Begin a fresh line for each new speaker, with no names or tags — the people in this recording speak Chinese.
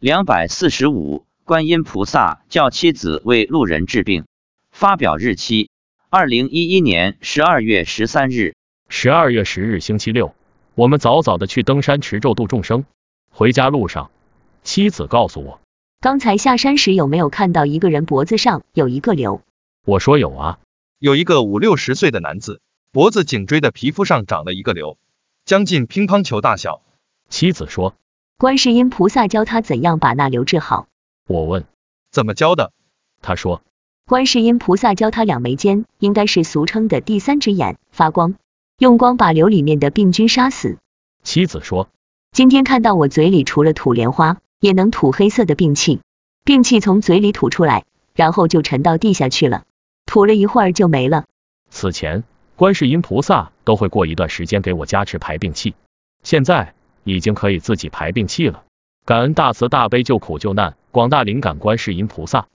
两百四十五，观音菩萨叫妻子为路人治病。发表日期：二零一一年十二月十三日。
十二月十日星期六，我们早早的去登山持咒度众生。回家路上，妻子告诉我，
刚才下山时有没有看到一个人脖子上有一个瘤？
我说有啊，
有一个五六十岁的男子，脖子颈椎的皮肤上长了一个瘤，将近乒乓球大小。
妻子说，
观世音菩萨教他怎样把那瘤治好。
我问，
怎么教的？
他说，
观世音菩萨教他两眉间，应该是俗称的第三只眼发光，用光把瘤里面的病菌杀死。
妻子说，
今天看到我嘴里除了吐莲花，也能吐黑色的病气，病气从嘴里吐出来，然后就沉到地下去了，吐了一会儿就没了。
此前观世音菩萨都会过一段时间给我加持排病气，现在已经可以自己排病气了。感恩大慈大悲救苦救难广大灵感观世音菩萨。